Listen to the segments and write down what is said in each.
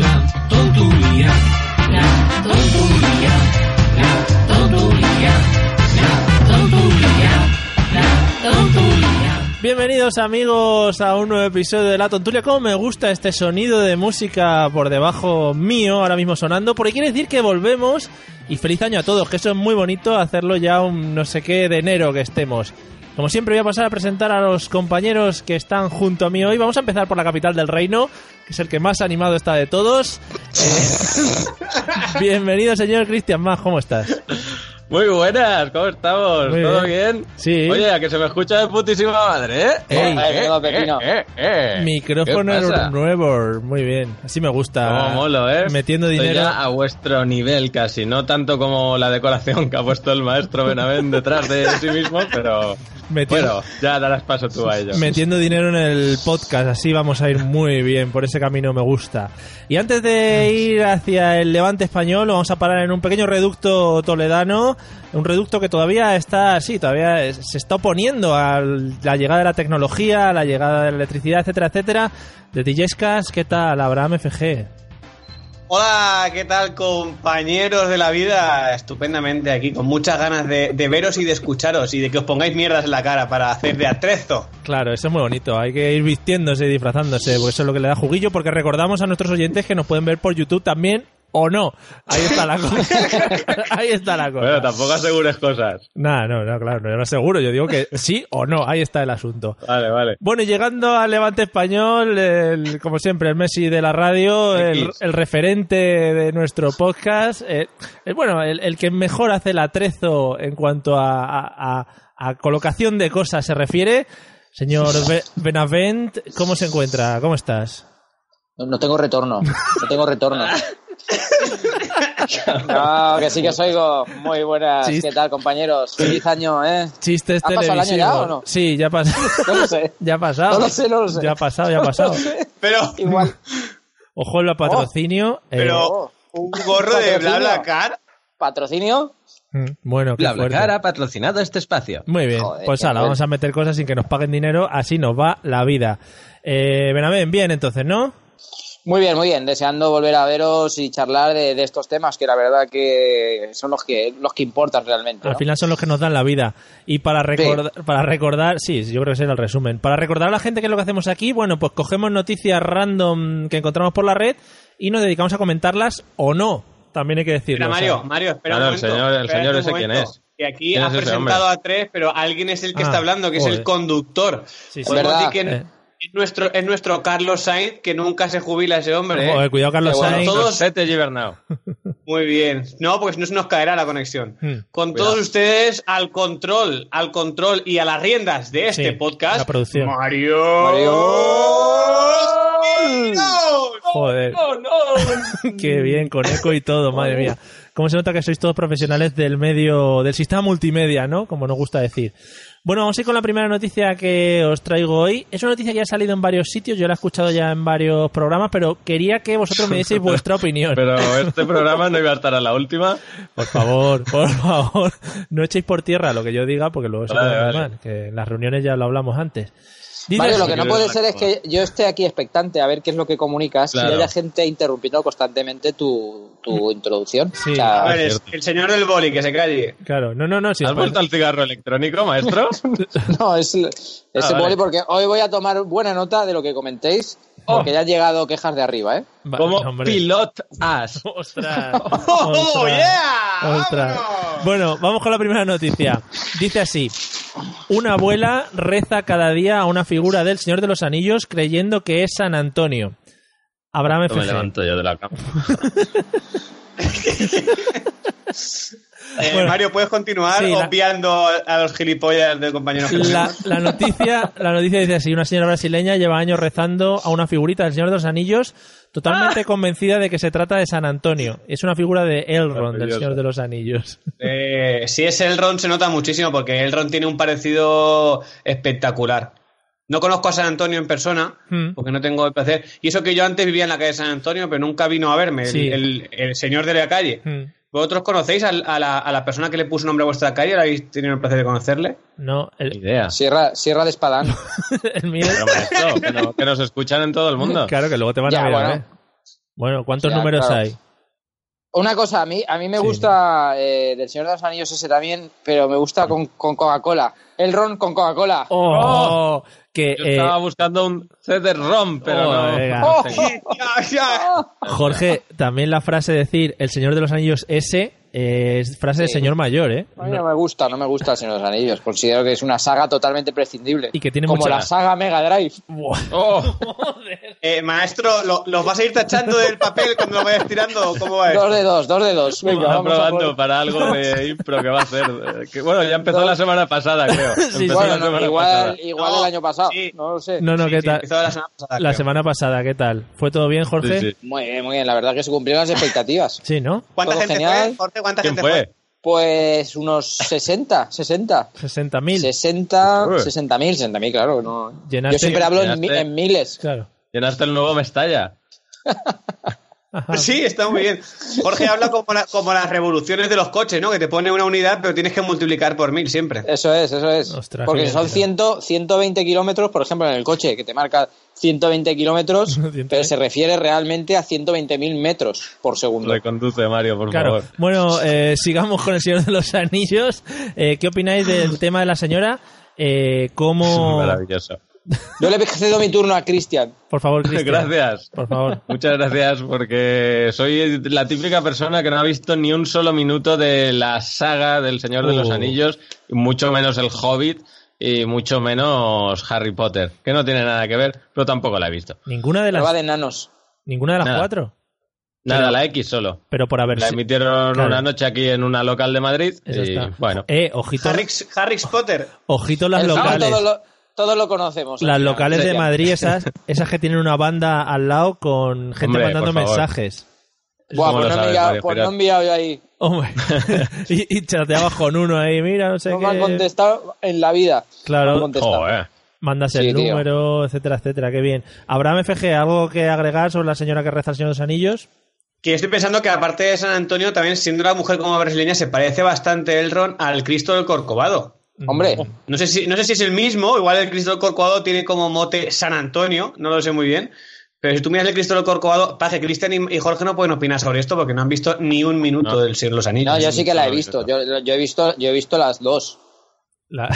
La tonturía, la tonturía, la tonturía, la tonturía, la tonturía. Bienvenidos amigos a un nuevo episodio de La Tontulia. Como me gusta este sonido de música por debajo mío ahora mismo sonando, porque quiere decir que volvemos y feliz año a todos, que eso es muy bonito hacerlo ya un no sé qué de enero que estemos. Como siempre voy a pasar a presentar a los compañeros que están junto a mí hoy. Vamos a empezar por la capital del reino, que es el que más animado está de todos. Eh, bienvenido señor Cristian Más, ¿cómo Eh, estás? Muy buenas, ¿cómo estamos? Muy ¿Todo bien. bien? Sí. Oye, a que se me escucha de putísima madre, ¿eh? Ey, venga, Pepino. Micrófono ¿Qué pasa? nuevo, muy bien. Así me gusta. Cómo molo, ¿eh? Metiendo Estoy dinero. ya a vuestro nivel casi, no tanto como la decoración que ha puesto el maestro Benavén detrás de sí mismo, pero... Metiendo- Bueno, ya darás paso tú a ello. metiendo dinero en el podcast. Así vamos a ir muy bien. Por ese camino me gusta. Y antes de ir hacia el levante español, vamos a parar en un pequeño reducto toledano. Un reducto que todavía está, sí, todavía es- se está oponiendo a la llegada de la tecnología, a la llegada de la electricidad, etcétera, etcétera. De Tillescas, ¿qué tal? Abraham FG. Hola, ¿qué tal compañeros de la vida? Estupendamente aquí, con muchas ganas de, de veros y de escucharos y de que os pongáis mierdas en la cara para hacer de atrezo. Claro, eso es muy bonito. Hay que ir vistiéndose y disfrazándose, porque eso es lo que le da juguillo, porque recordamos a nuestros oyentes que nos pueden ver por YouTube también o no. Ahí está la cosa. Ahí está la cosa. Bueno, tampoco asegures cosas. Nah, no, no, claro, no, yo no aseguro. Yo digo que sí o no. Ahí está el asunto. Vale, vale. Bueno, y llegando al Levante Español, el- como siempre, el Messi de la radio, el, el referente de nuestro podcast, eh, el- bueno, el, el que mejor hace el atrezo en cuanto a, a- a- a colocación de cosas se refiere. Señor Be- Benavent, ¿cómo se encuentra? ¿Cómo estás? No, tengo retorno, no tengo retorno. No, que sí que os oigo. Muy buenas, Sí. ¿qué tal compañeros? Feliz año, ¿eh? Chistes ¿Ha pasado el año televisivos. ya o no? Sí, ya ha pasado. No lo sé. Ya ha pasado. No lo sé, no lo sé. Ya ha pasado, ya ha pasado. Pero, Igual. Ojo al patrocinio. Oh. eh, pero un gorro de Patrocinio. BlaBlaCar. ¿Patrocinio? mm, bueno, qué La fuerte. Blacara ha patrocinado este espacio. Muy bien, Joder, pues qué ala, fuerte. vamos a meter cosas sin que nos paguen dinero, así nos va la vida. Eh, Benavén, bien entonces, ¿no? Muy bien, muy bien. Deseando volver a veros y charlar de, de estos temas que la verdad que son los que, los que importan realmente. Al ¿no? final son los que nos dan la vida. Y para recordar, para recordar, sí, yo creo que ese era el resumen. Para recordar a la gente que es lo que hacemos aquí, bueno, pues cogemos noticias random que encontramos por la red y nos dedicamos a comentarlas o no. También hay que decirlo. Espera, o sea, Mario, Mario, espera Ah, no, un el momento. señor- el espérate señor un ese quién momento, es. Que aquí ¿Quién ha es ese presentado hombre? a tres, pero alguien es el que Ah, está hablando, que es joder. el conductor. Sí, sí. Podemos ¿Verdad? decir que Eh. es, nuestro, es nuestro Carlos Sainz, que nunca se jubila ese hombre. ¿eh? joder, cuidado, Carlos Qué bueno, Sainz. todo- Los sete Gibernau. Muy bien. No, porque si no se nos caerá la conexión. Hmm. Con Cuidado. todos ustedes, al control, al control y a las riendas de este Sí, podcast. la producción. Mario. Joder. Qué bien, con eco y todo, madre mía. Cómo se nota que sois todos profesionales del medio, del sistema multimedia, ¿no? Como nos gusta decir. Bueno, vamos a ir con la primera noticia que os traigo hoy. Es una noticia que ya ha salido en varios sitios, yo la he escuchado ya en varios programas, pero quería que vosotros me dieseis vuestra opinión. Pero este programa no iba a estar a la última. Por favor, por favor, no echéis por tierra lo que yo diga, porque luego se Vale, puede ver vale. mal, que en las reuniones ya lo hablamos antes. Dice Mario, lo así. que no puede ser es que yo esté aquí expectante a ver qué es lo que comunicas y Claro. haya gente interrumpiendo constantemente tu, tu introducción. Sí. O sea, A ver, cierto. el señor del boli, que se calle. Claro, no, no, no, sí, pues. ¿Has vuelto al cigarro electrónico, maestro? no, es, es Ah, el vale. boli porque hoy voy a tomar buena nota de lo que comentéis porque Oh. ya han llegado quejas de arriba, ¿eh? Va- Como hombre. pilot as. ¡Ostras! ¡Oh, ¡Ostras! yeah! ¡Ostras! ¡Vámonos! Bueno, vamos con la primera noticia. Dice así: Una abuela reza cada día a una figura del Señor de los Anillos creyendo que es San Antonio. Abraham Me FG. levanto yo de la cama. Eh, Bueno. Mario, ¿puedes continuar Sí, la- obviando a los gilipollas del compañero La, Jesús? la noticia, la noticia dice así: una señora brasileña lleva años rezando a una figurita del Señor de los Anillos, totalmente ¡Ah! convencida de que se trata de San Antonio. Es una figura de Elrond del Maravilloso. Señor de los Anillos. Eh, si es Elrond se nota muchísimo porque Elrond tiene un parecido espectacular. No conozco a San Antonio en persona Hmm. porque no tengo el placer. Y eso que yo antes vivía en la calle San Antonio, pero nunca vino a verme, el- Sí. el, el señor de la calle. Hmm. ¿Vosotros conocéis al- a, la, a la persona que le puso nombre a vuestra calle? ¿La ¿Habéis tenido el placer de conocerle? No, Ni el, idea. Sierra, Sierra de Espadán. el mío. Pero maestro, que, no- que nos escuchan en todo el mundo. Claro que luego te van Ya, a ver. bueno. ¿eh? Bueno, ¿cuántos Ya, números claro. hay? Una cosa, a mí, a mí me Sí. gusta eh, del Señor de los Anillos ese también, pero me gusta con, con Coca-Cola. El ron con Coca-Cola. Oh, que Yo eh, estaba buscando un CD-ROM, pero Oh, no. venga. no tengo. Oh. Jorge, también la frase decir el Señor de los Anillos S eh, es frase de Sí. señor mayor, ¿eh? A mí no me gusta, no me gusta el Señor de los Anillos. Considero que es una saga totalmente prescindible. Y que tiene Como mucha- la saga Mega Drive. Buah. Oh, Eh, maestro, ¿lo- ¿los vas a ir tachando del papel cuando lo vayas tirando? ¿Cómo va Dos esto? de dos, dos de dos. Venga, están vamos a por- probando para algo de impro que va a hacer. Que, bueno, ya empezó la semana pasada, creo. Sí, Empezó Bueno, la no, semana pasada. igual, igual No, el año pasado. sí. No lo sé. No, no, ¿qué Sí, tal? empezó la semana pasada, la creo. semana pasada, ¿qué tal? ¿Fue todo bien, Jorge? Sí, sí. Muy bien, muy bien. La verdad que se cumplieron las expectativas. Sí, ¿no? ¿Cuánta Todo gente genial. fue? Jorge, ¿cuánta ¿Quién gente fue? Pues unos 60, 60. 60.000. 60, Uy. 60 mil, 60 mil, claro. No. Llenaste- Yo siempre hablo en, mi- llenaste. en miles. Claro. Llenaste el nuevo Mestalla. Ajá. Sí, está muy bien. Jorge habla como, la- como las revoluciones de los coches, ¿no? Que te pone una unidad, pero tienes que multiplicar por mil siempre. Eh, Eso es, eso es. Ostras, Porque qué son cantidad. 100, 120 kilómetros, por ejemplo, en el coche, que te marca 120 kilómetros, 120. pero se refiere realmente a 120.000 metros por segundo. Reconduce, Mario, por Claro. favor. Bueno, eh, sigamos con el Señor de los Anillos. Eh, ¿Qué opináis del tema de la señora? Eh, ¿Cómo...? Maravilloso. Yo le he cedo mi turno a Cristian. Por favor, Cristian. Gracias. Por favor. Muchas gracias porque soy la típica persona que no ha visto ni un solo minuto de la saga del Señor de los Uh. Anillos, y mucho menos el Hobbit y mucho menos Harry Potter, que no tiene nada que ver, pero tampoco la he visto. Ninguna de las, Prueba de nanos. ninguna de las Nada. cuatro. Nada, Pero- la X solo. Pero por haber... La emitieron claro. una noche aquí en una local de Madrid Eso y está. bueno. Eh, ojito, Harry, Harry Potter. ojito las El fin, locales. Todos lo, todos lo conocemos. ¿eh? Las Al final, locales de Cristian. Madrid, esas, esas que tienen una banda al lado con gente Hombre, mandando por favor. mensajes. Buah, ¿Cómo pues lo no he sabes, enviado- Mario pues no Pirat? he enviado yo ahí. Hombre. y, y chateabas con uno ahí, mira, no sé No qué. me han contestado en la vida. No me han Claro, contestado. Joder. mandas Sí, el tío. número, etcétera, etcétera, qué bien. Abraham FG, ¿algo que agregar sobre la señora que reza al Señor de los Anillos? Que estoy pensando que aparte de San Antonio, también siendo la mujer como brasileña, se parece bastante Elrond al Cristo del Corcovado. Hombre, Mm. No sé, si, no sé si es el mismo, igual el Cristo del Corcovado tiene como mote San Antonio, no lo sé muy bien. Pero si tú miras el Cristo del Corcovado, pasa que Cristian y, y Jorge no pueden opinar sobre esto porque no han visto ni un minuto No. del Señor de los Anillos. no, yo sí que la he visto. no, Yo, yo he visto. yo he visto las dos. La-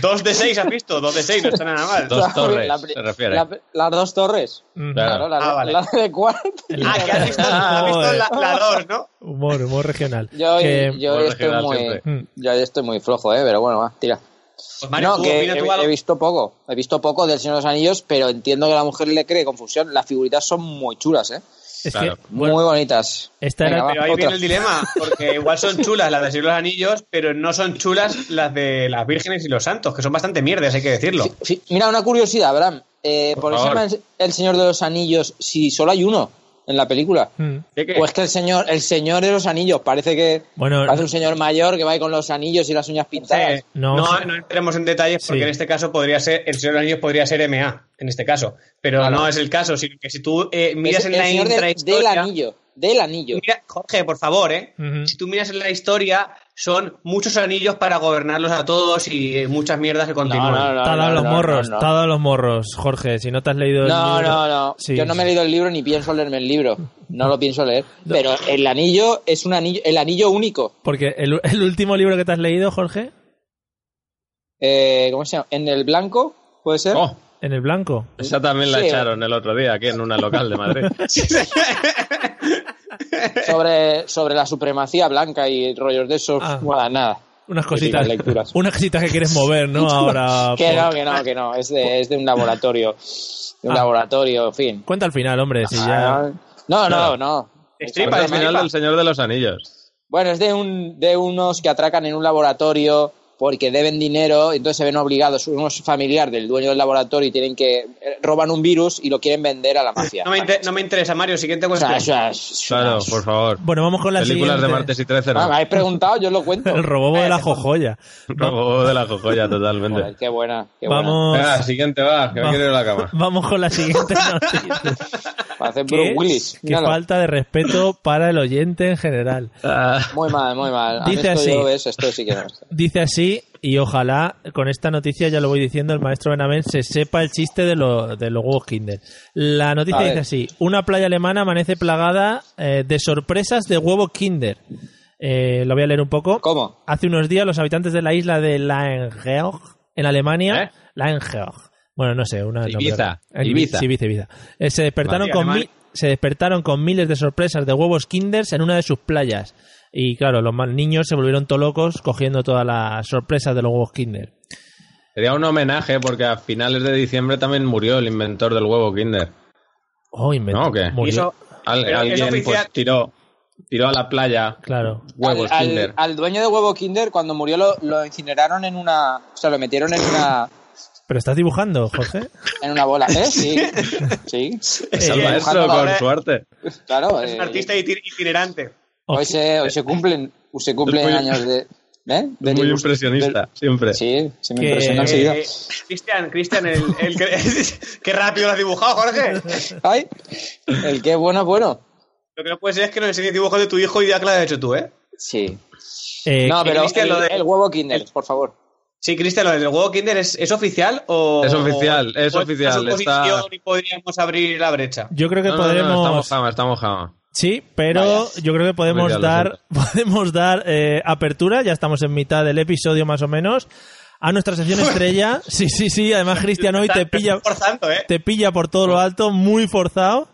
Dos de seis has visto, dos de seis, no está nada mal. Dos La- torres, la pri- se refiere. la- las dos torres. Mm, Claro, la, Ah, vale. la de cuarto. Ah, que has visto, has visto la, la dos, ¿no? Humor, humor regional. Yo, hoy- Que- yo, hoy Por estoy general, muy, siempre. Mm. yo hoy estoy muy flojo, eh, pero bueno, va, tira. Pues Mario, no, tú que opina he, tú algo. he visto poco. He visto poco del Señor de los Anillos, pero entiendo que a la mujer le cree confusión. Las figuritas son muy chulas, ¿eh? Es Claro. que, bueno, muy bonitas. esta Venga, era- va, Pero ahí otra. viene el dilema, porque igual son chulas las de Señor de los Anillos, pero no son chulas las de las vírgenes y los santos, que son bastante mierdas, hay que decirlo. Sí, Mira, una curiosidad, Abraham. Eh, Por ¿Por qué se favor. llama el- el Señor de los Anillos si solo hay uno en la película? Mm. ¿Qué, qué? Pues que el señor, el señor de los anillos, parece que Bueno, parece un señor mayor que va ahí con los anillos y las uñas pintadas. Eh, No, no, sí. no, entremos en detalles porque Sí. en este caso podría ser, el Señor de los Anillos podría ser MA, en este caso. Pero Claro. no es el caso, sino que si tú eh, miras Es en el la señor del- del intrahistoria... anillo, del anillo. Mira, Jorge, por favor, ¿eh? Ujú. Si tú miras en la historia, son muchos anillos para gobernarlos a todos y eh, muchas mierdas que continúan. te ha dado los morros, te ha dado los morros, Jorge. Si no te has leído el No, libro- no, no. Sí. Yo no me he leído el libro ni pienso leerme el libro. No lo pienso leer. Pero el anillo es un anillo, el anillo único. Porque el, el último libro que te has leído, Jorge, Eh, ¿Cómo se llama? En el blanco, puede ser. Oh, en el blanco. esa también la Sí. echaron el otro día aquí en una local de Madrid. Sobre, sobre la supremacía blanca y rollos de esos. Ah. Nada, nada. Unas cositas, Típicas lecturas. unas cositas que quieres mover, ¿no? Ahora. Que Ah, por- no, que no, que no. Es de, es de un laboratorio. De un Ah. laboratorio, en fin. Cuenta al final, hombre. Si ya... Ah, No, no, no. Estripa, al final del Señor de los Anillos. Bueno, es de, un, de unos que atracan en un laboratorio porque deben dinero, entonces se ven obligados, unos familiares del dueño del laboratorio y tienen que eh, roban un virus y lo quieren vender a la mafia. No me, inter- no me interesa, Mario. Siguiente O cuestión. sea, eso es- Claro, por favor. Bueno, vamos con la Películas de siguiente. martes y 13. Ah, me habéis preguntado, yo os lo cuento. El robobo de la jojoya. Robo de la jojoya, Joder, totalmente. qué buena, qué buena. Vamos, Venga, siguiente, va, que me Va- quiero ir a la cama. vamos con la siguiente noticia. Parece Bruce ¿Qué, Willis. qué Míralo. falta de respeto para el oyente en general. Ah, Muy mal, muy mal. A mí Dice esto así. yo, ves, esto sí que no. Dice así, y ojalá con esta noticia, ya lo voy diciendo, el maestro Benavent se sepa el chiste de, lo- de los huevos Kinder. La noticia A dice ver. así, una playa alemana amanece plagada eh, de sorpresas de huevo Kinder. Eh, lo voy a leer un poco. ¿Cómo? Hace unos días los habitantes de la isla de Langeoog, en Alemania, ¿Eh? Langeoog, bueno, no sé, una Ibiza, nombre raro. Eh, Ibiza. sí, Ibiza, Ibiza. Eh, se despertaron Vale. con Alemania. mi- se despertaron con miles de sorpresas de huevos Kinders en una de sus playas. Y claro, los mal- niños se volvieron todo locos cogiendo todas las sorpresas de los huevos Kinder. Sería un homenaje porque a finales de diciembre también murió el inventor del huevo Kinder. Oh, inventó. ¿No? ¿O qué? murió. Eso- Al- Pero es alguien oficial. pues, tiró, tiró a la playa Claro. huevos al, al- Kinder. al dueño de huevo Kinder, cuando murió, lo, lo incineraron en una. O sea, lo metieron en una, Pero estás dibujando, Jorge. en una bola. ¿Eh? Sí. Sí. Es el Eh, maestro Alejandro con Valverde. su arte. Claro. Es eh, un artista iti- itinerante. hoy, Pues, eh, se, hoy se cumplen, se cumplen Es muy- años de. ¿Eh? De Es muy dibujo- impresionista, siempre. de- sí, se me Que- impresiona enseguida. Eh, Cristian, Cristian, el, el que- qué rápido lo has dibujado, Jorge. Ay, el que es bueno es bueno. Lo que no puede ser es que nos enseñes dibujos de tu hijo y ya que lo has hecho tú, ¿eh? Sí. Eh, No, pero Cristian, el, lo de- el huevo Kinder, por favor. Sí, Cristian, lo del huevo Kinder es, ¿es oficial o. Es oficial, es o oficial, una suposición está- y podríamos abrir la brecha. Yo creo que No, no, no, podremos. estamos jama, estamos jama. Sí, pero yo creo que podemos Venga, lo dar, podemos dar eh, apertura, ya estamos en mitad del episodio más o menos, a nuestra sección estrella. Sí, sí, sí, además Cristian hoy te Está- pilla, está forzando, ¿eh? te pilla por todo lo alto, muy forzado,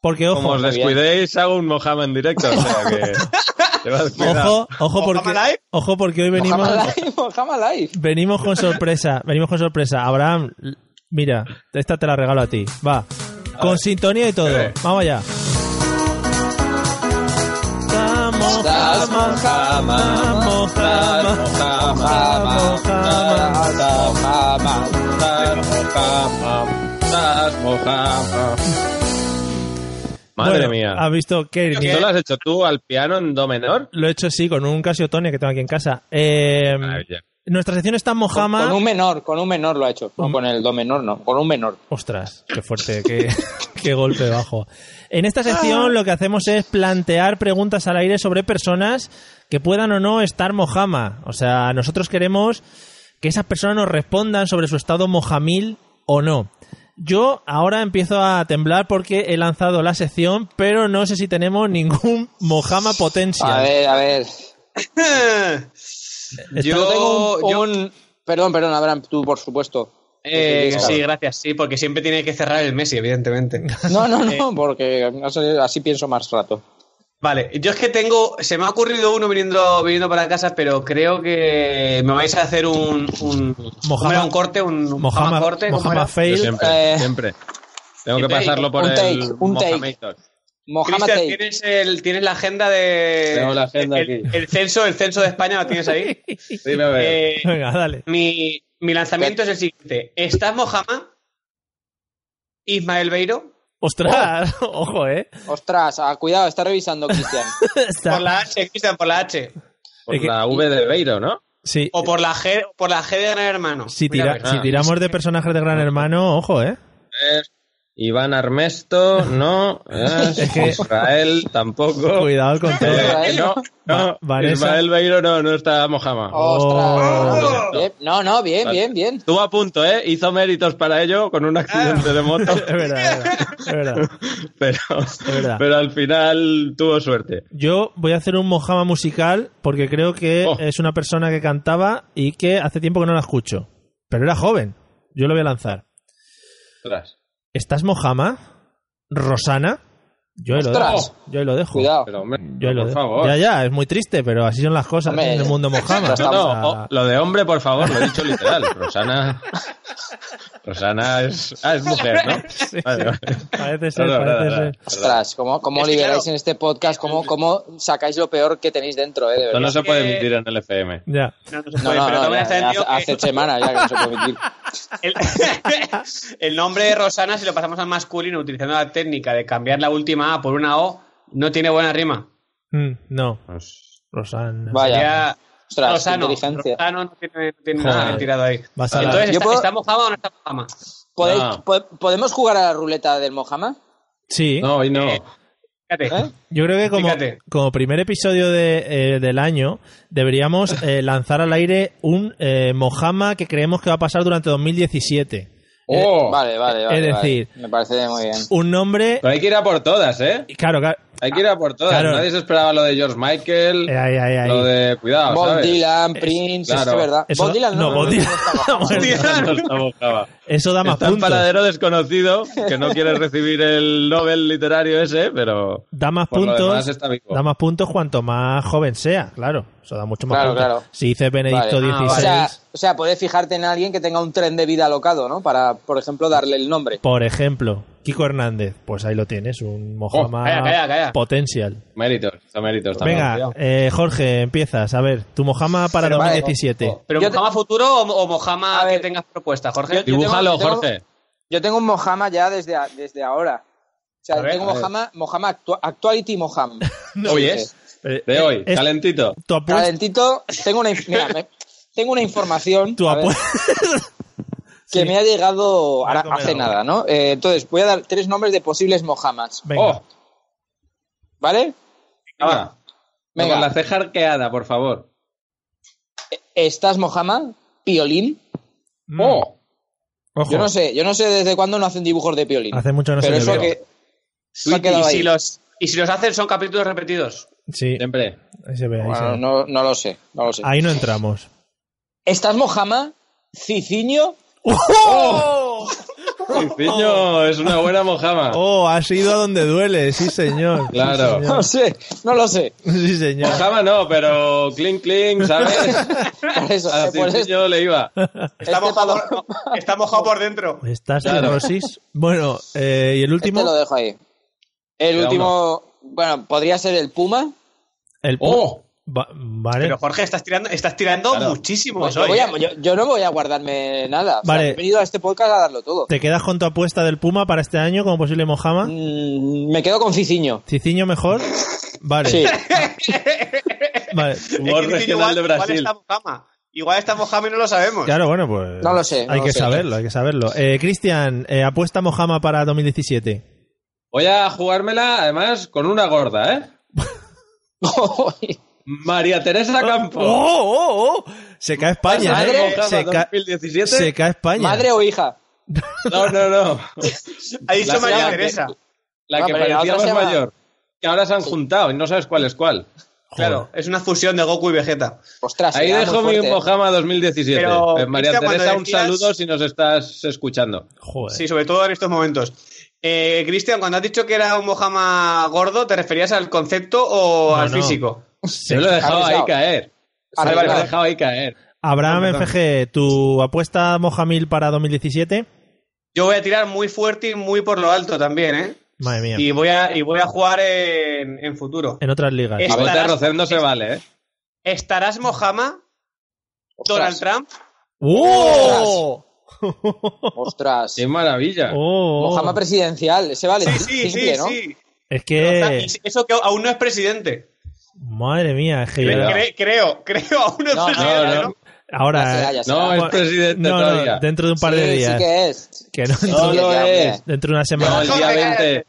porque Como ojo, os descuidéis, hago un Mohamed en directo. O sea que. llevad cuidado. ojo, ojo porque, Mohamed Live. ojo porque hoy venimos, Mojama Live, Mojama Live. venimos con sorpresa, venimos con sorpresa. Abraham, l- mira, esta te la regalo a ti, va, con sintonía y todo, Eh. vamos allá. Vamos, Estás vamos, Mojama, vamos, vamos. Mojama, estás Mojama. Madre Bueno, mía. ¿Has visto que ¿Esto lo has hecho tú al piano en do menor? Lo he hecho sí, con un casiotone que tengo aquí en casa. Eh, Maravilla. nuestra sección está en Con, Mojama. un menor, con un menor lo ha hecho. No con el do menor, no. Con un menor. Ostras, qué fuerte, qué, qué golpe bajo. En esta sección lo que hacemos es plantear preguntas al aire sobre personas que puedan o no estar Mojama. O sea, nosotros queremos que esas personas nos respondan sobre su estado mojamil o no. Yo ahora empiezo a temblar porque he lanzado la sección, pero no sé si tenemos ningún Mojama A potencial. ver, a ver. Eh, Está- Yo tengo un, yo- un- Perdón, perdón, Abraham, tú, por supuesto. Eh, Claro. sí, gracias. Sí, porque siempre tiene que cerrar el Messi, evidentemente. No, no, Eh. no, porque no sé, así pienso más rato. Vale, yo es que tengo. Se me ha ocurrido uno viniendo, viniendo para casa, pero creo que me vais a hacer un. un Mojama- ¿cómo era? un corte, un un Mojama, corte. ¿cómo Mojama era? Yo fail. siempre, eh, siempre. Tengo que take, pasarlo por un el. take, un take. Mojamator. Mojama Cristian, Tate. ¿tienes, el, tienes la agenda de. Tengo la agenda el, aquí. el censo, el censo de España lo tienes ahí. Sí, me veo. Eh, Venga, dale. mi, mi lanzamiento es el siguiente: ¿Estás Mojama? Ismael Beiro. Ostras, ojo, eh. Ostras, ah, cuidado, está revisando Cristian. Está- Por la H, Cristian, por la H. Por es que- la V de Beiro, ¿no? Sí. O por la G, por la G de Gran Hermano. Si, Mira, tira- pues a ver. si tiramos de personajes de Gran Hermano, ojo, eh. Es Iván Armesto, no. Es Es que- Pues Israel, tampoco. Cuidado al control. Eh, Israel, no, no. Va- Vanessa. Ismael Beiro no, no está Mojama. Oh. Ostras. Oh. Bien, no, no, bien, bien, bien. Estuvo a punto, ¿eh? Hizo méritos para ello con un accidente de moto, Es verdad, es verdad, es verdad. pero, verdad. pero al final tuvo suerte. Yo voy a hacer un Mojama musical porque creo que Oh. es una persona que cantaba y que hace tiempo que no la escucho. Pero era joven. Yo lo voy a lanzar. Ostras. ¿Estás Mojama? ¿Rosana? Yo ahí lo Ostras. dejo. Yo ahí lo dejo. Cuidado. Pero, hombre, Yo ahí lo por dejo. favor. Ya, ya, es muy triste, pero así son las cosas Hombre, en el mundo Mojama. ya No, estamos O no, sea, o- lo de hombre, por favor, lo he dicho literal. Rosana. Rosana es. Ah, es mujer, ¿no? Vale, vale. Parece ser, No, no, parece ser. nada, nada. Ostras, ¿cómo, cómo Es que liberáis claro. en este podcast? ¿Cómo, ¿Cómo sacáis lo peor que tenéis dentro, eh? De Esto verdad. no se puede emitir en el FM. Ya. No, no se No, puede, no, pero no, también ya- está ya el hace, tío que- hace semanas ya que no se puede mentir. El, el nombre de Rosana, si lo pasamos al masculino utilizando la técnica de cambiar la última A por una O, no tiene buena rima. Mm, no, Pues, Rosana. Vaya, Ya, ostras, qué Rosano. inteligencia. Rosano no tiene, no tiene nada Joder. Ah. bien tirado ahí. Vas a la- Entonces, Yo ¿está, puedo- está mojama o no está mojama? ¿Podéis- Ah. po- ¿Podemos jugar a la ruleta del Mojama? Sí. No, hoy no. Fíjate. ¿Eh? Yo creo que como, Fíjate. como primer episodio de, eh, del año deberíamos eh, lanzar al aire un eh, mojama que creemos que va a pasar durante 2017. ¡Oh! Vale, vale, es vale. vale. decir- Me parece muy bien. Un nombre... Pero hay que ir a por todas, ¿eh? Claro, claro. Hay que ir a por todas. Claro. Nadie se esperaba lo de George Michael, Eh, ahí, ahí, ahí. lo de. Cuidado, Bob ¿sabes? Dylan, Prince, claro. es verdad. Eso- Bob Dylan no. no, Bob Dylan. No está mojado. Eso da más Está en puntos. paradero desconocido, que no quiere recibir el Nobel literario ese, pero Da más por lo puntos. demás está vivo. Da más puntos cuanto más joven sea, claro. Eso da mucho más Claro, puntos. claro. Si dices Benedicto Vale. Ah, 16, O sea, o sea, puedes fijarte en alguien que tenga un tren de vida alocado, ¿no? Para, por ejemplo, darle el nombre. por ejemplo, Kiko Hernández, pues ahí lo tienes, un mojama calla, calla, calla. potencial. Méritos, está méritos. está Venga, mal. eh, Jorge, empiezas. A ver, tu mojama para Pero vale, pues, 2017. ¿Pero Yo te- mojama futuro o, o mojama A ver. que tengas propuesta, Jorge? Yo- yo Dibújalo, tengo- tengo- Jorge. Yo tengo un Mojama ya desde, a- desde ahora. O sea, A ver, tengo a ver. Mojama, Mojama actua- Actuality Mojam. Hoy es, de hoy, es- calentito. Eh, Tu apuesta. Calentito, tengo una, inf- mira, me- tengo una información Tu a ver, apuesta. que sí. me ha llegado Voy a ahora- comer hace algo. nada, ¿no? Eh, entonces, voy a dar tres nombres de posibles Mojamas, Venga. ¡Oh! ¿vale? Ahora, Venga. con la ceja arqueada, por favor. ¿Estás Mojama? ¿Piolín? Mm, ¡Oh! ojo. Yo no sé, yo no sé desde cuándo no hacen dibujos de Piolín. Hace mucho no se pero le eso veo. que... Y- Se ha quedado y, ahí. si los, y si los hacen son capítulos repetidos. Sí, Siempre. ahí se ve. Ahí, se Bueno, ve. no, no lo sé, no lo sé. Ahí no entramos. ¿Estás Mojama? ¿Ciciño? Piño, es una buena mojama. Oh, has ido a donde duele, sí señor. Claro. No lo sé, no lo sé. Sí señor. Mojama no, pero clink, clink, ¿sabes? Por eso, eh, A por eso- Piño le iba. Está, Este mojado, palo- está mojado por dentro. Estás Claro. neurosis. Bueno, eh, y el último. Este lo dejo ahí. El Queda último, bueno, podría ser el Puma. El ¡Oh! Va- vale. Pero Jorge, estás tirando, estás tirando Claro. muchísimo Pues yo, hoy, voy a- ¿eh? yo- yo no voy a guardarme nada. O sea, Vale. he venido a este podcast a darlo todo. ¿Te quedas con tu apuesta del Puma para este año como posible mojama? Mm, me quedo con Ciciño. ¿Ciciño mejor? Vale. Sí. Vale. Es Humor que dicen, regional de Brasil. Igual está Mojama. Igual está Mojama y no lo sabemos. Claro, bueno, pues. No lo sé, no hay lo que sé. saberlo, hay que saberlo. Eh, Cristian, eh, apuesta Mojama para 2017. Voy a jugármela, además, con una gorda, ¿eh? María Teresa Campo. ¡Oh, oh, oh! Se cae España, Madre, ¿eh? Se, ca- 2017. se cae España. ¿Madre o hija? No, no, no. Ha dicho La María llama que- Teresa. La No, que pero la parecía otra más se llama- mayor. Que ahora se han juntado y no sabes cuál es cuál. Joder. Claro, es una fusión de Goku y Vegeta. Ostras, Ahí era muy dejo mi fuerte. Mojama 2017. Pero, Eh, María Cristian, Teresa, cuando un decías- saludo si nos estás escuchando. Joder. Sí, sobre todo en estos momentos. Eh, Cristian, cuando has dicho que era un Mojama gordo, ¿te referías al concepto o No, al no. físico? Sí. Yo lo he dejado ahí Arriesgado. caer. Yo Arriesgado. lo he dejado ahí caer. Abraham FG, ¿tu apuesta Mojamil para 2017? Yo voy a tirar muy fuerte y muy por lo alto también, ¿eh? Madre mía. Y voy a, y voy a jugar en, en futuro. En otras ligas. Es- A bote Estarás- Rocem no se vale, ¿eh? ¿Estarás Mojama, Donald Ostras, Trump? ¡Oh! Ostras. ¡Qué maravilla! Oh. Mojama presidencial, ese vale. Sí, sí, sí, Ciciño, ¿no? sí. Es Está- que. y Eso que aún no es presidente. Madre mía, es que. Cuidado. ya- Cre- creo, creo, aún no es No, no, presidente, no. ¿no? Ya Ahora. será, eh, ya será. No, es Bueno, presidente no, no, todavía. dentro de un par de Sí, días. sí que es. Que no, No Sí, lo ya, hombre. es. dentro de una No, semana. el día Jorge, 20.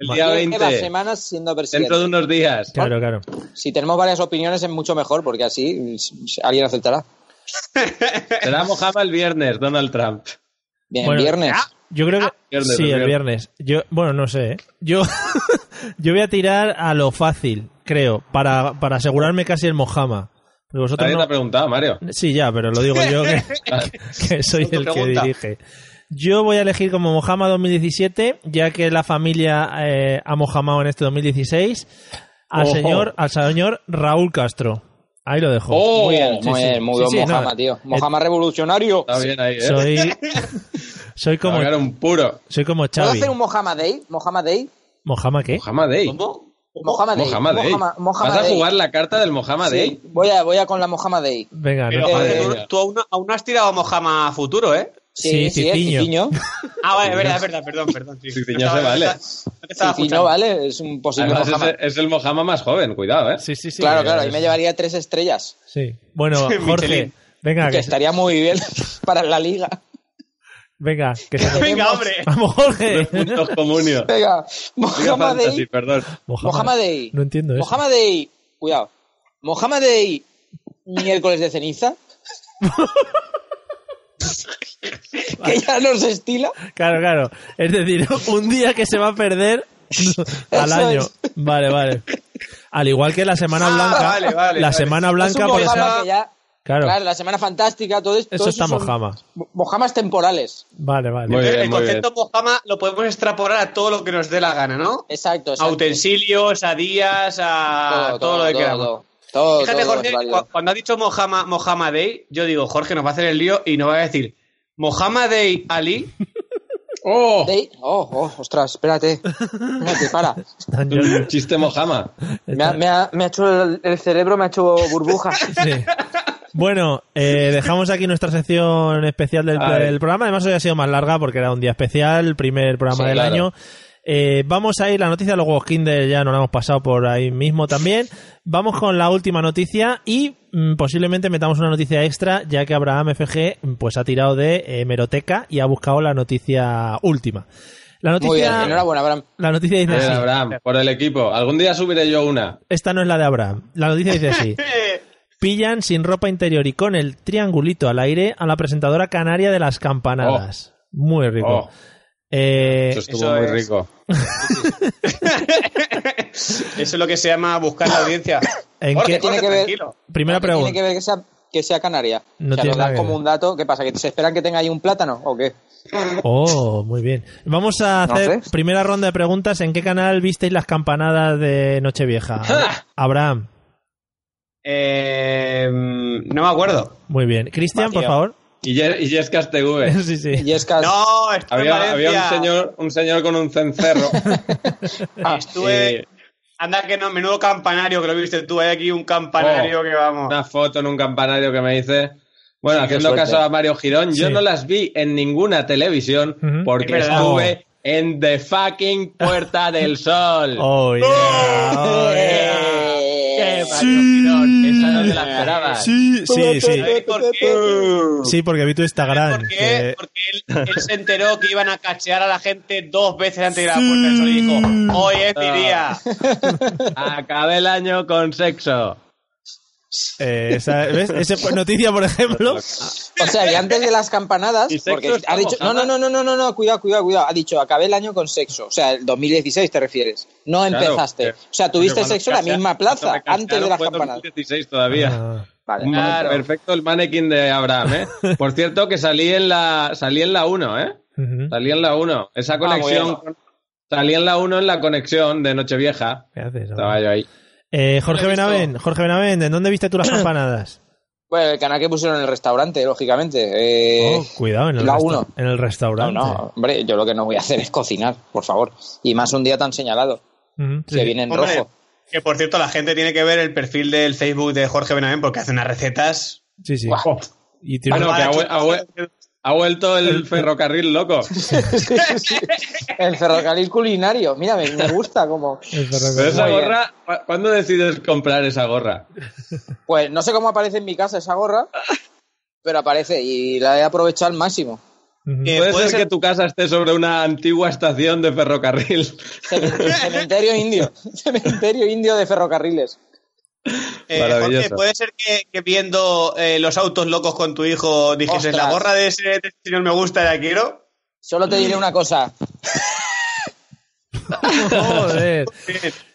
El día Lleva 20. semanas siendo presidente. Dentro de unos días. Claro, claro. Si tenemos varias opiniones es mucho mejor porque así mm, alguien aceptará. Será Mojama el viernes, Donald Trump. Bien, Bueno, viernes. Yo creo que. Viernes, sí, Ah, el el viernes. Yo, bueno, no sé. ¿eh? Yo, yo voy a tirar a lo fácil, creo, para, para asegurarme casi el Mojama. Pero vosotros Nadie te ha no- preguntado, Mario. Ah, Sí, ya, pero lo digo yo que, que soy el que Autopregunta. dirige. Yo voy a elegir como Mojama 2017, ya que la familia eh, ha mojamado en este 2016, al Ojo. señor, al señor Raúl Castro. Ahí lo dejo. ¡Oh! Muy bien, sí, muy sí. eh, bien, muy Sí, buen sí, Mojama, nada. tío. Mojama revolucionario. Está bien ahí, ¿eh? Soy, Soy como, Ahora era un puro. soy como ¿Puedo Xavi. hacer un Mohamadei? ¿Mohamadei? ¿Mojama qué? Mohamadei. ¿Cómo? Mohamadei. Mohamadei. Mohama- Vas a Mohamadei. jugar la carta del Mohamadei. Sí, voy, a, voy a con la Mohamadei. Venga, Pero, no. Eh, Jorge, tú- tú aún, no- aún no has tirado a Mojama a futuro, ¿eh? Sí, es Cicinho. Cicinho. Ah, vale, es verdad, es verdad, perdón, perdón. Sí, Sí, sí, No ya estaba- se vale. no estaba- no te estaba Cicinho, escuchando. ¿vale? Es un posible Además, es, Mohamed. el- es el Mojama más joven, cuidado, ¿eh? Sí, sí, sí. Claro, claro, ahí me llevaría tres estrellas. Sí. Bueno, Jorge, Michelin. venga, que Ah, que, estaría muy bien para la liga. venga, que se- Venga, Tenemos- hombre. Vamos, Jorge. Puntos comunio. Diga Venga, fantasy, Mohamadei. perdón. Mohamadei. No entiendo eso. Mohamadei. Cuidado. Mohamadei. Miércoles de ceniza. que ya nos estila. Claro, claro. Es decir, un día que se va a perder al Eso año. es. Vale, vale. Al igual que la Semana Ah, Blanca. vale, vale, la vale. Semana Blanca, es un por eso. Mojama que ya- Claro. claro. la semana fantástica, todo esto. Eso está Mojama. Mojamas temporales. Vale, vale. Muy bien, el muy bien. concepto Mojama lo podemos extrapolar a todo lo que nos dé la gana, ¿no? Exacto, A exacto. utensilios, a días, a ah, todo, lo que todo, queramos. todo. Todo, Fíjate, todo es Jorge, válido. cu- cuando ha dicho Mojama, Mojama Day, yo digo, Jorge nos va a hacer el lío y nos va a decir, Mojama Day Ali, ¡Oh! Dey- Oh, oh, ostras, espérate. Espérate, para. Tan yo- Un chiste Mojama. Me ha, me ha- me ha hecho el, el cerebro, me ha hecho burbuja. Sí. Bueno, eh, dejamos aquí nuestra sección especial del, Ay. del programa. Además, hoy ha sido más larga porque era un día especial, primer programa Sí, del claro. año. Eh, vamos a ir, la noticia de los huevos Kinder ya nos la hemos pasado por ahí mismo también. Vamos con la última noticia y mm, posiblemente metamos una noticia extra, ya que Abraham FG pues, ha tirado de hemeroteca y ha buscado la noticia última. La noticia, Muy bien, enhorabuena, Abraham. la noticia dice Bien, así. Eh, Abraham, por el equipo. Algún día subiré yo una. Esta no es la de Abraham. La noticia dice así. Pillan sin ropa interior y con el triangulito al aire a la presentadora canaria de las campanadas. Muy rico. Oh, Eh, eso estuvo eso muy es. rico. eso es lo que se llama buscar la audiencia. ¿En Jorge, qué- tiene Jorge, que ver- tranquilo. primera No, que pregunta. Tiene que ver que sea, que sea canaria. No o sea, tiene nos nada dan que como ver. un dato. ¿Qué pasa? ¿Que se esperan que tenga ahí un plátano o qué? Oh, muy bien. Vamos a No hacer sé. primera ronda de preguntas. ¿En qué canal visteis las campanadas de Nochevieja? Abraham. Eh, no me acuerdo. Muy bien. Cristian, por Mateo. favor. Y Yes- y Yes Castegüe. Sí, sí. Y es que No, estuve en Había, había Valencia. un, señor, un señor con un cencerro. Ah, Estuve... Eh, Anda que no, menudo campanario que lo viste tú. Hay aquí un campanario Oh, que vamos. una foto en un campanario que me dice. Bueno, Sí, qué haciendo suerte. caso a Mario Girón, yo Sí. no las vi en ninguna televisión Ujú. porque Es verdad. estuve en The Fucking Puerta del Sol. Oh, yeah. Oh, Eh, yeah. ¡Qué Mario Girón! Esa no te la esperabas. Sí, sí, sí. ¿Sabéis por qué? Sí, porque vi tu Instagram. ¿Por que- qué? Porque él, él se enteró que iban a cachear a la gente dos veces antes de ir a la puerta del sol y dijo, hoy es mi día. Acabé el año con sexo. Eh, esa, ¿ves? Ese fue noticia, por ejemplo. O sea, que antes de las campanadas, Y sexo porque está ha dicho, no, no, mojada. no, no, no, no, no, cuidado, cuidado, cuidado. Ha dicho, acabé el año con sexo. O sea, el 2016 te refieres. No Claro, empezaste. porque- o sea, tuviste porque sexo en la cuando misma casea- plaza, cuando me antes de casaron las fue campanadas. 2016 todavía. Ah, Vale, Un momento perfecto. Perfecto el mannequin de Abraham, ¿eh? Por cierto, que salí en la salí en la 1, ¿eh? ujú. Salí en la 1. Esa conexión. Ah, bueno. con- salí en la 1 en la conexión de Nochevieja. ¿Qué haces? Estaba yo ahí. Eh, Jorge Benavent, Jorge Benavent, ¿en dónde viste tú las Eh, campanadas? Bueno, el canal que pusieron en el restaurante, lógicamente. Eh, Oh, cuidado, en el, la resta- uno. en el no, restaurante. no, hombre, yo lo que no voy a hacer es cocinar, por favor. Y más un día tan señalado, Ujú, sí. que viene en Hombre, rojo. que por cierto, la gente tiene que ver el perfil del Facebook de Jorge Benavent porque hace unas recetas. Sí, sí. Guau. Ah, Y tiene Bueno, una- Ah, que ha, vuel- ha vuel- ha vuelto el ferrocarril loco. El ferrocarril culinario, mira, me, me gusta como... el ferrocarril. Pero esa Muy bien. gorra, ¿cu- ¿cuándo decides comprar esa gorra? Eh, Pues no sé cómo aparece en mi casa esa gorra, pero aparece y la he aprovechado al máximo. Ujú. Eh, Puede puede ser ser- que tu casa esté sobre una antigua estación de ferrocarril. Eh, Cemen- Cementerio indio. Cementerio indio de ferrocarriles. Eh, Maravilloso. Jorge, puede ser que, que viendo eh, los autos locos con tu hijo dijese, Ostras. la gorra de ese, de ese señor me gusta, la quiero. Solo te diré una cosa. Joder.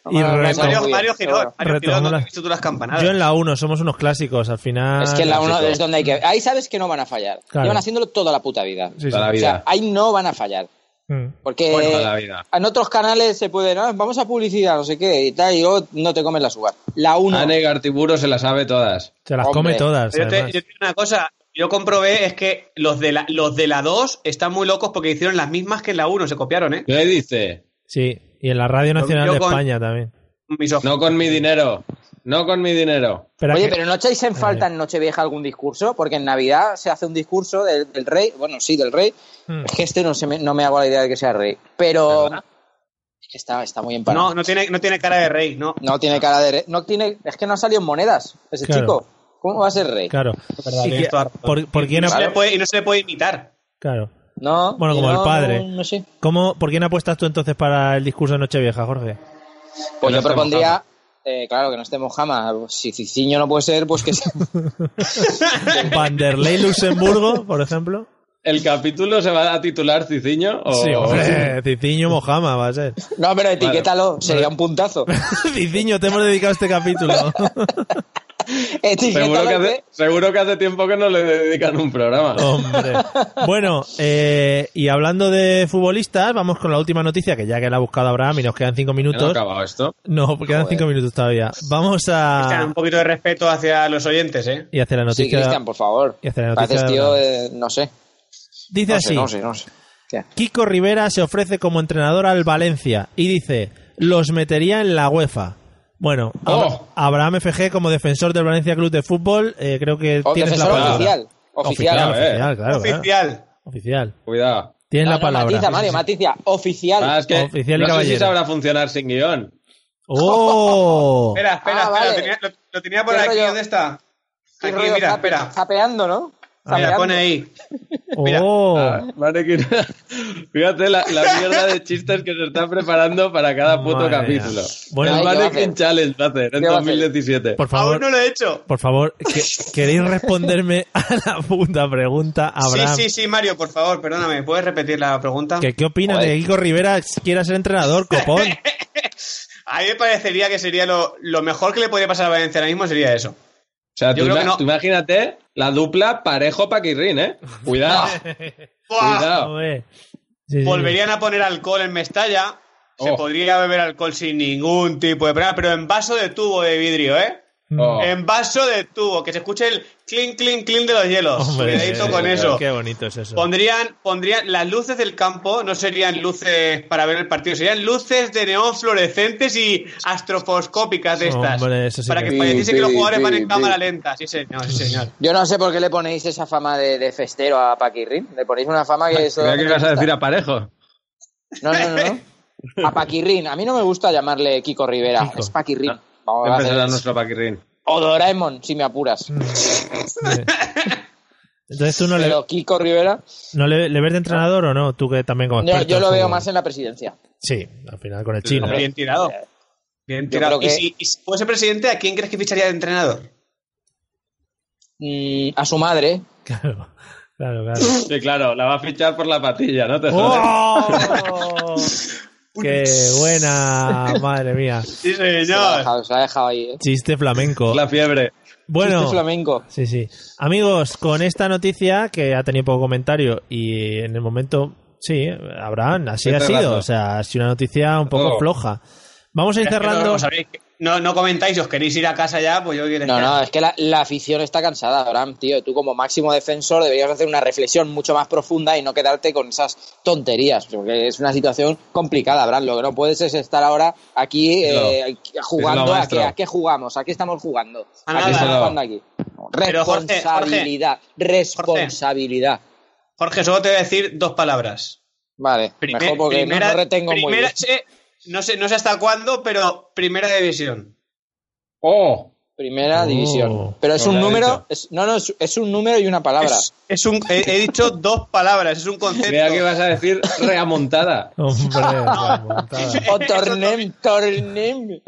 Y Mario, reto- Muy Mario, bien, Mario Girón, seguro. Mario Girón, Retomamos ¿dónde la- has visto tú las campanadas? Yo en la 1, somos unos clásicos al final. es que la uno Ah, clásico. es donde hay que... Ahí sabes que no van a fallar. Claro. Llevan haciéndolo toda la puta vida. Sí, sí. Toda la O vida. sea, ahí no van a fallar. Mm. Porque Bueno, Pues toda la vida. en otros canales se puede, "Ah, vamos a publicidad, no sé qué, y tal, y luego no te comes las uvas. La uno. Ah, Anne Gartiburu se la sabe todas. Se las come Hombre. todas. Yo te, Pues además. yo te digo una cosa, yo comprobé es que los de, la, los de la 2 están muy locos porque hicieron las mismas que en la 1, se copiaron, ¿eh? ¿Qué dice? Sí, y en la Radio Nacional Yo de con- España también. Mis ojos. No con mi dinero. No con mi dinero. Espera Oye, que- pero ¿no echáis Ah, en falta en Nochevieja algún discurso? Porque en Navidad se hace un discurso del, del rey, bueno, sí, del rey. Mm. Es que este no, se me, no me hago la idea de que sea rey, pero es que está, está muy empanado. No, no tiene, no tiene cara de rey, no. No tiene cara de re- no tiene Es que no ha salido en monedas ese Claro. chico. ¿Cómo va a ser rey? Claro. Verdad, ¿Y ¿eh? tienes qué- toda razón. por, por quién No se ap- le puede- y no se le puede imitar. claro. No, Bueno, como no, el padre. No, no sé. ¿Cómo, ¿Por quién apuestas tú entonces para el discurso de Nochevieja, Jorge? Pues no yo esté propondría, eh, claro, que no esté Mojama. Si Ciciño no puede ser, pues que sea. ¿Vanderlei Luxemburgo, por ejemplo? ¿El capítulo se va a titular Ciciño? O... Sí, hombre. Ciciño Mojama va a ser. No, pero etiquétalo, sería un puntazo. Ciciño, te hemos dedicado este capítulo. Seguro etiquétalo. que, que- hace, seguro que hace tiempo que no le dedican un Oh, programa. Hombre. Bueno, eh, y hablando de futbolistas, vamos con la última noticia, que ya que la ha buscado Abraham y nos quedan cinco ¿Ya no ha minutos. acabado esto? No, quedan cinco minutos todavía. Vamos O sea, a... un poquito de respeto hacia los oyentes, ¿eh? Y hacia la Sí, noticia... Cristian, por favor. y hacer la noticia Pareces de tío, verdad. eh, no sé. Dice No así. sé, no sé, no sé. ¿Qué? Kiko Rivera se ofrece como entrenador al Valencia y dice, los metería en la UEFA. Bueno, Abra- Oh. Abraham FG como defensor del Valencia Club de Fútbol, eh, creo que O tienes la Oh, defensor palabra. oficial. Oficial. oficial, eh. a ver. oficial, claro, claro. Oficial. Oficial. Cuidado. Tienes No, la no, palabra. eh. Matiza, Mario, matiza. Oficial. Ah, es que Oficial y no sé si caballero. sabrá funcionar sin guión. ¡Oh! Espera, espera, Ah, espera. vale. Tenía- lo, lo tenía por ¿Qué aquí, rollo? ¿dónde está? Qué Aquí, rollo, mira, zape- espera. Zapeando, ¿no? Mira, Zapeando. pone ahí. mira. ¡Oh! Ah, madre que- Fíjate la, la mierda de chistes que se está preparando para cada puto Madre mía. capítulo. Bueno, el ¿qué va a Mannequin hacer? Challenge va a hacer en ¿Qué va a hacer? 2017. Por Aún favor, no lo he hecho. por favor, que- ¿queréis responderme a la puta pregunta, Abraham? Sí, sí, sí, Mario, por favor, perdóname. ¿Puedes repetir la pregunta? ¿Que ¿Qué opinas de que Kiko Rivera quiera ser entrenador, copón? A mí me parecería que sería lo, lo mejor que le podría pasar a Valencia ahora mismo sería eso. O sea, Yo tú, creo que ima- no. tú imagínate la dupla parejo-paquirrín, ¿eh? Cuidado, Ah, ¡Buah! cuidado. Joder. Sí, sí. Volverían a poner alcohol en Mestalla. Se Oh. podría beber alcohol sin ningún tipo de problema, pero en vaso de tubo de vidrio, ¿eh? Mm. Oh. En vaso de tubo, que se escuche el clink, clink, clink de los hielos. Hombre, Cuidadito con qué- eso. Qué bonito es eso. Pondrían, pondrían las luces del campo, no serían luces para ver el partido, serían luces de neón fluorescentes y astrofoscópicas de estas. Hombre, eso sí para que- que, Sí, pareciese que los sí, jugadores van sí, en cámara sí. lenta. Sí, señor, sí, señor. Yo no sé por qué le ponéis esa fama de, de festero a Paquirrin. Le ponéis una fama que eso. Mira no que me vas a gusta. decir a parejo. No, no, no. no. A Paquirrin. A mí no me gusta llamarle Kiko Rivera. Kiko. Es Paquirrin. Vamos a hacer- Empezará nuestro paquirrín. O Doraemon, si me apuras. Entonces tú no, le, Pero Kiko Rivera, no le, le ves de entrenador o no, tú que también como yo, experto yo en lo veo fútbol. más en la presidencia. Sí, al final con el chino. Bien tirado. Bien tirado. creo que- Y si, y si fuese presidente, ¿a quién crees que ficharía de entrenador? Mm, a su madre. Claro, claro, claro. Sí, claro, la va a fichar por la patilla, ¿no? Te jodes. ¡Oh! ¡Qué buena! Madre mía. Sí, Se la ha señor. dejado, se la ha dejado ahí. ¿eh? Chiste flamenco. La fiebre. Bueno, Chiste flamenco. Sí, sí. Amigos, con esta noticia que ha tenido poco comentario y en el momento, sí, Abraham, así Qué ha sido. pedazo. O sea, ha sido una noticia un poco Oh. floja. Vamos a ir Es que no- cerrando. os habéis- No, no comentáis, si os queréis ir a casa ya, pues yo quiero No, no, es que la, la afición está cansada, Abraham, tío. Tú como máximo defensor deberías hacer una reflexión mucho más profunda y no quedarte con esas tonterías, porque es una situación complicada, Abraham. Lo que no puedes es estar ahora aquí eh, jugando. ¿a maestro. qué, ¿A qué jugamos? ¿A qué estamos jugando? A ¿A nada. qué estamos jugando aquí? Pero, Jorge, Responsabilidad, responsabilidad. Jorge, solo te voy a decir dos palabras. Vale, Primer- mejor porque no- primera- no, retengo muy primera- bien. eh, no sé, no sé hasta cuándo, pero primera división. ¡Oh! Primera Oh, división. Pero es lo un que ha número, dicho. es- no, no, es, es un número y una palabra. Es, es un, he, he dicho dos palabras, es un concepto. Vea que vas a decir reamontada. Hombre, la montada. O Oh, tornem, tornem.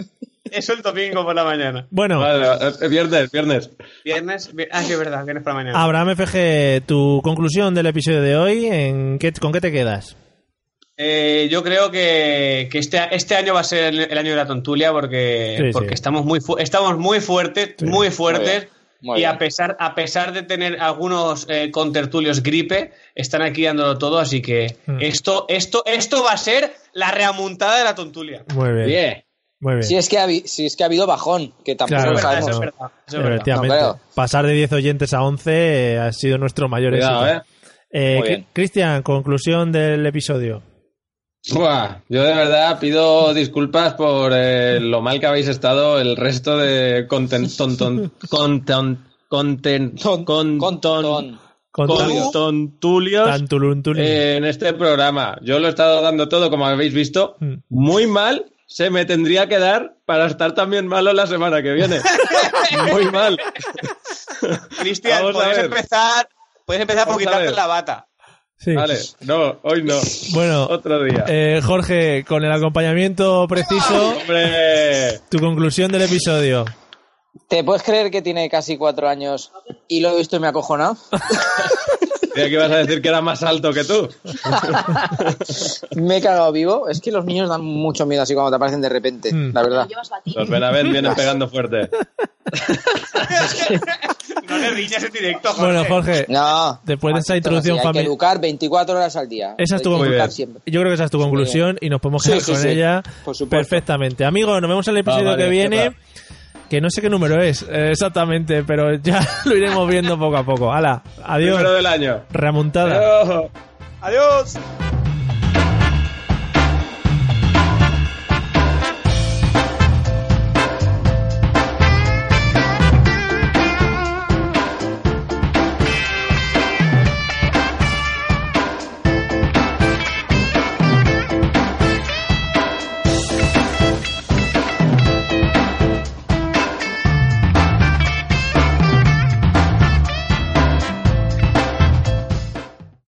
Es el domingo por la mañana. Bueno, Vale, eh, viernes, viernes. Viernes, vier- ah, sí, es verdad, viernes por la mañana. Abraham FG, tu conclusión del episodio de hoy, ¿en qué, ¿con qué te quedas? Eh, yo creo que, que este, este año va a ser el, el año de la tontulia porque, Sí, porque sí. estamos muy fu- estamos muy fuertes, muy fuertes. Muy y bien. a pesar, a pesar de tener algunos eh, contertulios gripe, están aquí dándolo todo, así que Hmm. esto, esto, esto va a ser la reamuntada de la tontulia. Muy bien. Bien. Muy bien. Si es que ha, habi- si es que ha habido bajón, que tampoco Claro. lo Eso es sabemos. verdad, Eso es verdad. Eso es verdad. Efectivamente. No creo. Pasar de 10 oyentes a 11 eh, ha sido nuestro mayor Cuidado, éxito. ¿eh? Eh, Muy Cri- bien. Cristian, conclusión del episodio. Buah, yo de verdad pido disculpas por eh, lo mal que habéis estado el resto de conten, ton, ton- conton- conten- con- ton- Con- con- Con con- tontulios, Tantuluntulios. eh, en este programa. Yo lo he estado dando todo, como habéis visto, Mm. muy mal. Se me tendría que dar para estar también malo la semana que viene. Muy mal. Cristian, Vamos a puedes ver. empezar, puedes empezar por Vamos a quitarte ver. la bata. Sí. Vale, no, hoy no. Bueno, Otro día. eh, Jorge, con el acompañamiento preciso, Hombre. tu conclusión del episodio. ¿Te puedes creer que tiene casi cuatro años y lo he visto y me ha acojonado? Creía que ibas a decir que era más alto que tú. Me he cagado vivo. Es que los niños dan mucho miedo así cuando te aparecen de repente, Mm. la verdad. Los Benavent vienen pegando fuerte. No le rillas en directo, Jorge. Bueno, Jorge, No. Después de esa Así, introducción hay que familiar- educar 24 horas al día. Esa Hay estuvo que muy educar bien. siempre. yo creo que esa es tu conclusión y nos podemos Sí, quedar sí, con sí. ella Por supuesto. Ah, perfectamente. Amigos, nos vemos en el episodio vale, que viene. venga. Que no sé qué número es eh, exactamente, pero ya lo iremos viendo poco a poco. Hala, adiós. Primero del año. Remontada. Adiós. Adiós.